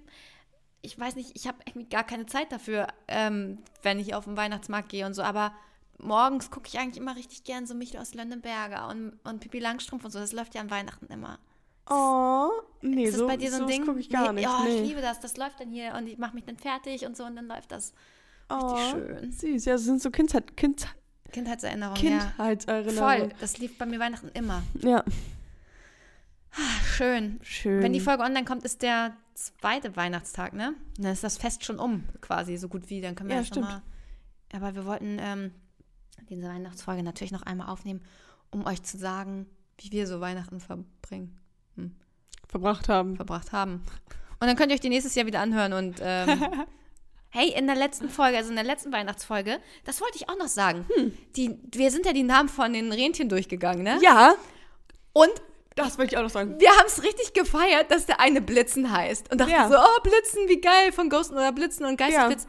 Speaker 2: Ich weiß nicht, ich habe irgendwie gar keine Zeit dafür, ähm, wenn ich auf den Weihnachtsmarkt gehe und so, aber morgens gucke ich eigentlich immer richtig gern so Michel aus Lönneberger und, und Pippi Langstrumpf und so. Das läuft ja an Weihnachten immer.
Speaker 1: oh nee,
Speaker 2: Ist das
Speaker 1: so,
Speaker 2: bei dir so ein Ding?
Speaker 1: gucke ich gar
Speaker 2: Nee,
Speaker 1: nicht.
Speaker 2: Oh,
Speaker 1: nee.
Speaker 2: ich liebe das. Das läuft dann hier und ich mache mich dann fertig und so und dann läuft das.
Speaker 1: oh,
Speaker 2: schön. Oh,
Speaker 1: Süß, ja, das sind so Kindheit, kind,
Speaker 2: Kindheitserinnerung, ja.
Speaker 1: Kindheitserinnerungen.
Speaker 2: Voll. Das lief bei mir Weihnachten immer.
Speaker 1: Ja,
Speaker 2: Ach, schön.
Speaker 1: schön.
Speaker 2: Wenn die Folge online kommt, ist der zweite Weihnachtstag, ne? Dann ist das Fest schon um, quasi, so gut wie. Dann können wir
Speaker 1: Ja,
Speaker 2: jetzt
Speaker 1: stimmt.
Speaker 2: nochmal. Aber wir wollten ähm, diese Weihnachtsfolge natürlich noch einmal aufnehmen, um euch zu sagen, wie wir so Weihnachten verbringen,
Speaker 1: Verbracht haben.
Speaker 2: verbracht haben. Und dann könnt ihr euch die nächstes Jahr wieder anhören und. Ähm, Hey, in der letzten Folge, also in der letzten Weihnachtsfolge, das wollte ich auch noch sagen.
Speaker 1: Hm.
Speaker 2: Die, wir sind ja die Namen von den Rentchen durchgegangen, ne?
Speaker 1: Ja,
Speaker 2: Und
Speaker 1: das wollte ich auch noch sagen.
Speaker 2: wir haben es richtig gefeiert, dass der eine Blitzen heißt. Und dachten
Speaker 1: Ja.
Speaker 2: so, oh, Blitzen, wie geil, von Ghosten oder Blitzen und Geisterblitz.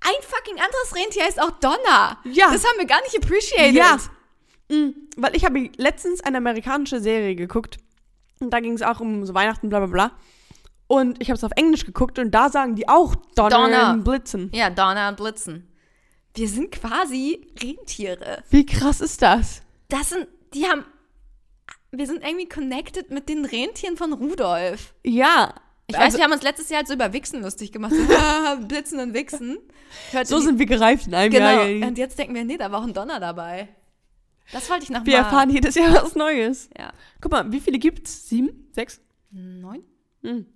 Speaker 2: Ein fucking anderes Rentier heißt auch Donner.
Speaker 1: Ja.
Speaker 2: Das haben wir gar nicht appreciated.
Speaker 1: Ja. Mhm, weil ich habe letztens eine amerikanische Serie geguckt und da ging es auch um so Weihnachten, bla bla bla. Und ich habe es auf Englisch geguckt und da sagen die auch Donner,
Speaker 2: Donner.
Speaker 1: und Blitzen.
Speaker 2: Ja, Donner und Blitzen. Wir sind quasi Rentiere.
Speaker 1: Wie krass ist das?
Speaker 2: Das sind, die haben, wir sind irgendwie connected mit den Rentieren von Rudolf.
Speaker 1: Ja.
Speaker 2: Ich weiß,
Speaker 1: Also,
Speaker 2: wir haben uns letztes Jahr halt so über Wichsen lustig gemacht. So, Blitzen und Wichsen. Hört
Speaker 1: so
Speaker 2: in die-
Speaker 1: sind wir gereift in einem
Speaker 2: Genau.
Speaker 1: Jahr. Jenny.
Speaker 2: Und jetzt denken wir, nee, da war auch ein Donner dabei. Das wollte ich noch
Speaker 1: Wir
Speaker 2: mal.
Speaker 1: erfahren jedes Jahr was Neues.
Speaker 2: Ja.
Speaker 1: Guck mal, wie viele gibt's? Sieben? Sechs?
Speaker 2: Neun?
Speaker 1: Hm.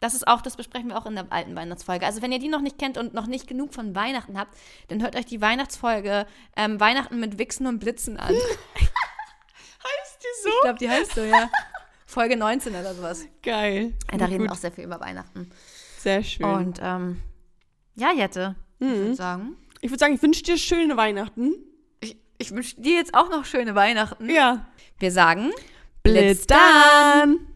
Speaker 2: Das ist auch, das besprechen wir auch in der alten Weihnachtsfolge. Also wenn ihr die noch nicht kennt und noch nicht genug von Weihnachten habt, dann hört euch die Weihnachtsfolge ähm, Weihnachten mit Wichsen und Blitzen an.
Speaker 1: Heißt die so?
Speaker 2: Ich glaube, die heißt so, ja. Folge 19 oder sowas.
Speaker 1: Geil.
Speaker 2: Ja, da reden
Speaker 1: Gut,
Speaker 2: wir auch sehr viel über Weihnachten.
Speaker 1: Sehr schön. Mhm.
Speaker 2: Und ähm, ja, Jette, ich würde sagen.
Speaker 1: ich würde sagen, ich wünsche dir schöne Weihnachten.
Speaker 2: Ich, ich wünsche dir jetzt auch noch
Speaker 1: Hm.
Speaker 2: schöne Weihnachten.
Speaker 1: Ja.
Speaker 2: Wir sagen
Speaker 1: Blitz dann!